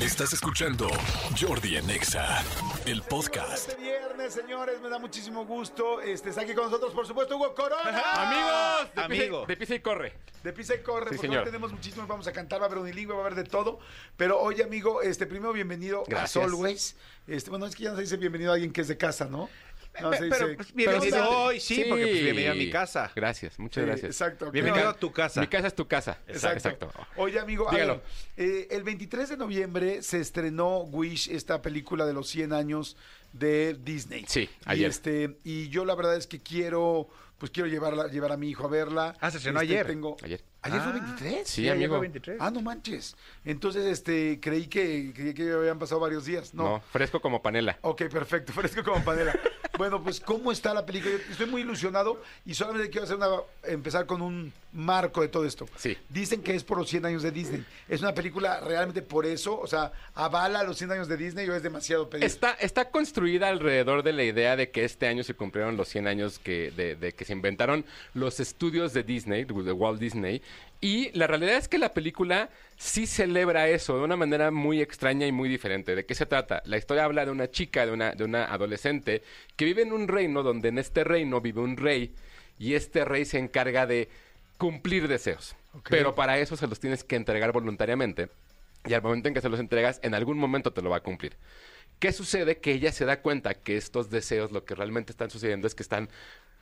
Estás escuchando Jordi en EXA, el podcast. Este viernes, señores, me da muchísimo gusto. Este, está aquí con nosotros, por supuesto, Hugo Corona. Amigos, de Amigo. pisa- de pisa y corre. De Pisa y Corre, porque señor. ahora tenemos muchísimos, vamos a cantar, va a haber unilingüe, va a haber de todo. Pero oye, amigo, este, primero bienvenido Gracias. a Solways. Este, bueno, es que ya no se dice bienvenido a alguien que es de casa, ¿no? No, se Pe- pero dice- pues, bienvenido pero- hoy, sí, porque pues, bienvenido a mi casa. Gracias, muchas Sí, gracias. exacto, ok. Bienvenido No, a tu casa. Mi casa es tu casa. Exacto. Oye, amigo, a Dígalo. ver, eh, el 23 de noviembre se estrenó Wish, esta película de los 100 años de Disney. Y, Sí, ayer. este, y yo la verdad es que quiero, pues quiero llevarla, llevar a mi hijo a verla. Ah, se estrenó Este, ayer. tengo- Ayer. ¿Ayer Ah, fue 23? Sí, amigo. Ah, no manches. Entonces, este, creí que, creí que habían pasado varios días. No. fresco como panela. Ok, perfecto, fresco como panela. Bueno, pues, ¿cómo está la película? Yo estoy muy ilusionado y solamente quiero hacer una, empezar con un marco de todo esto. Sí. Dicen que es por los 100 años de Disney. ¿Es una película realmente por eso? O sea, ¿avala los 100 años de Disney o es demasiado pedir? Está, está construida alrededor de la idea de que este año se cumplieron los 100 años que, de, de que se inventaron los estudios de Disney, de de Walt Disney. Y la realidad es que la película sí celebra eso de una manera muy extraña y muy diferente. ¿De qué se trata? La historia habla de una chica, de una, de una adolescente, que vive en un reino donde en este reino vive un rey y este rey se encarga de cumplir deseos. Ok. Pero para eso se los tienes que entregar voluntariamente. Y al momento en que se los entregas, en algún momento te lo va a cumplir. ¿Qué sucede? Que ella se da cuenta que estos deseos, lo que realmente están sucediendo es que están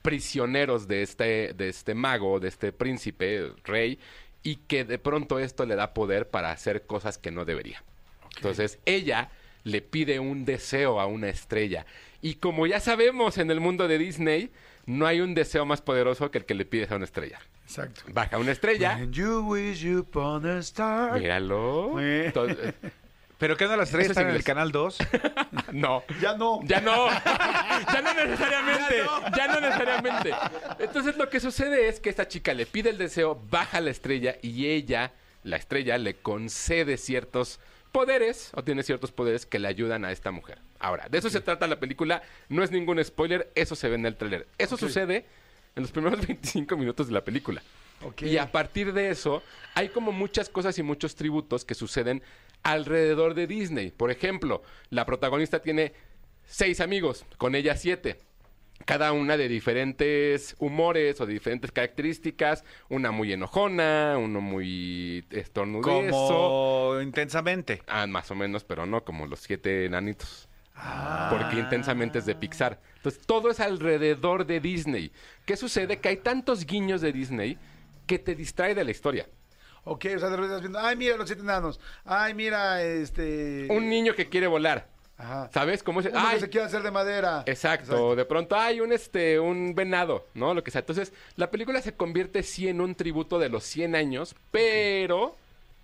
prisioneros de este, de este mago, de este príncipe, rey, y que de pronto esto le da poder para hacer cosas que no debería. Entonces ella le pide un deseo a una estrella. Y como ya sabemos en el mundo de Disney, no hay un deseo más poderoso que el que le pides a una estrella. Exacto. Baja una estrella. And you wish upon a star. Míralo. Muy bien. To- eh, Pero ¿qué onda las Eso tres es están en el inglés. canal 2? No. Ya no. Ya no, ya no necesariamente, ya no necesariamente. Entonces lo que sucede es que esta chica le pide el deseo, baja la estrella y ella, la estrella, le concede ciertos poderes o tiene ciertos poderes que le ayudan a esta mujer. Ahora, de eso se trata la película, no es ningún spoiler, eso se ve en el tráiler. Eso sucede en los primeros 25 minutos de la película. Ok. Y a partir de eso, hay como muchas cosas y muchos tributos que suceden alrededor de Disney. Por ejemplo, la protagonista tiene seis amigos, con ella siete. Cada una de diferentes humores o de diferentes características. Una muy enojona, uno muy estornudoso. Como intensamente. Ah, más o menos, pero no como los siete enanitos. Ah. Porque intensamente es de Pixar. Entonces todo es alrededor de Disney. ¿Qué sucede? Que hay tantos guiños de Disney que te distrae de la historia. Ok, o sea, de repente estás viendo, ay, mira los siete enanos. Ay, mira, este... Un niño que quiere volar. Ajá. ¿Sabes cómo es? Uno que se quiere hacer de madera. Exacto, de pronto hay un este un venado, ¿no? Lo que sea. Entonces, la película se convierte sí en un tributo de los 100 años, pero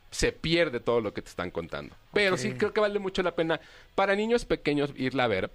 se pierde todo lo que te están contando. Pero sí Ok. creo que vale mucho la pena para niños pequeños irla a ver.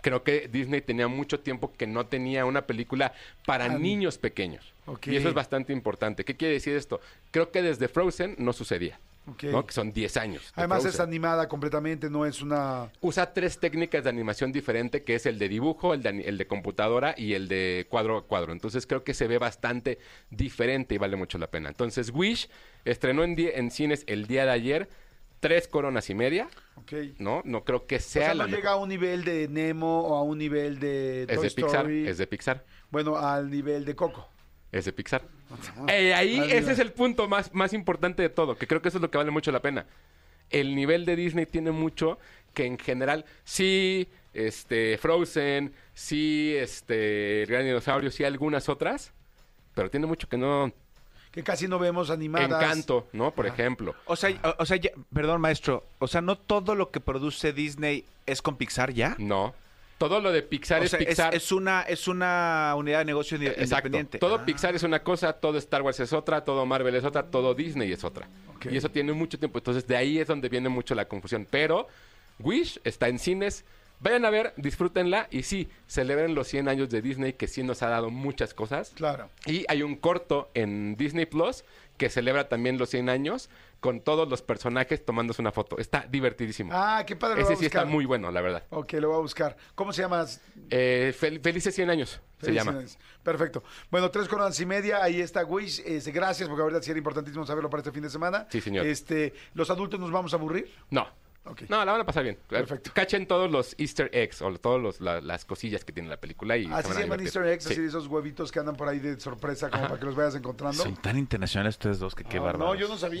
Creo que Disney tenía mucho tiempo que no tenía una película para Ah, niños pequeños. ok. Y eso es bastante importante. ¿Qué quiere decir esto? Creo que desde Frozen no sucedía. Ok. ¿no? Que son 10 años. de Además es Frozen animada completamente, no es una... usa tres técnicas de animación diferente, que es el de dibujo, el de, ani- el de computadora y el de cuadro a cuadro. Entonces creo que se ve bastante diferente y vale mucho la pena. Entonces Wish estrenó en, die- en cines el día de ayer tres coronas y media, Ok. ¿no? No creo que O sea sea, no la mejor. llega a un nivel de Nemo o a un nivel de Es Toy de Pixar, Story. es de Pixar, Bueno, al nivel de Coco. es de Pixar. Ah, Eh, ahí Al nivel. ese es el punto más, más importante de todo, que creo que eso es lo que vale mucho la pena. El nivel de Disney tiene mucho que en general, sí, este, Frozen, sí, este, El Gran Dinosaurio, sí, algunas otras, pero tiene mucho que no... Que casi no vemos animadas. Encanto, ¿no? Por ejemplo. O sea, o, o sea ya- perdón, maestro. O sea, no todo lo que produce Disney es con Pixar ya. No. Todo lo de Pixar O es sea, es, Pixar. es una, es una unidad de negocio inde- Eh, Exacto. independiente. Todo Ah. Pixar es una cosa, todo Star Wars es otra, todo Marvel es otra, todo Disney es otra. Ok. Y eso tiene mucho tiempo. Entonces, de ahí es donde viene mucho la confusión. Pero Wish está en cines. Vayan a ver, disfrútenla y sí, celebren los 100 años de Disney, que sí nos ha dado muchas cosas. Claro. Y hay un corto en Disney Plus que celebra también los 100 años con todos los personajes tomándose una foto. Está divertidísimo. Ah, qué padre. Lo voy Ese a sí está buscar. muy bueno, la verdad. Ok, lo voy a buscar. ¿Cómo se llama? Eh, fel- Felices 100 años se llama. Felicidades. Perfecto. Bueno, tres coronas y media. Ahí está Wish. Este, gracias, porque ahorita sí era importantísimo saberlo para este fin de semana. Sí, señor. Este, ¿Los adultos nos vamos a aburrir? No. Ok. No, la van a pasar bien. Perfecto. Cachen todos los Easter eggs o todas las cosillas que tiene la película y Así van a Ah, se llaman divertir. Easter eggs, Sí. así esos huevitos que andan por ahí de sorpresa, como para que los vayas encontrando. Son tan internacionales ustedes dos que qué Ah, bárbaro. no, yo no sabía.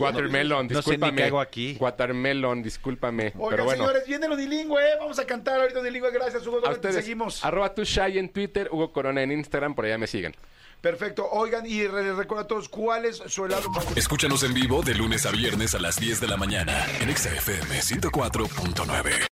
No Watermelon, sé ni discúlpame. qué hago aquí. Watermelon, discúlpame. Oigan, pero bueno. señores, viene el unilingüe, ¿eh? Vamos a cantar ahorita unilingüe. Gracias, Hugo. a ¿Dónde te ustedes, seguimos? Arroba tu Shai en Twitter, Hugo Corona en Instagram, por allá me siguen. Perfecto. Oigan, y re- les recuerdo a todos cuál es su helado favorito. Escúchanos en vivo de lunes a viernes a las 10 de la mañana en Exa FM 104.9.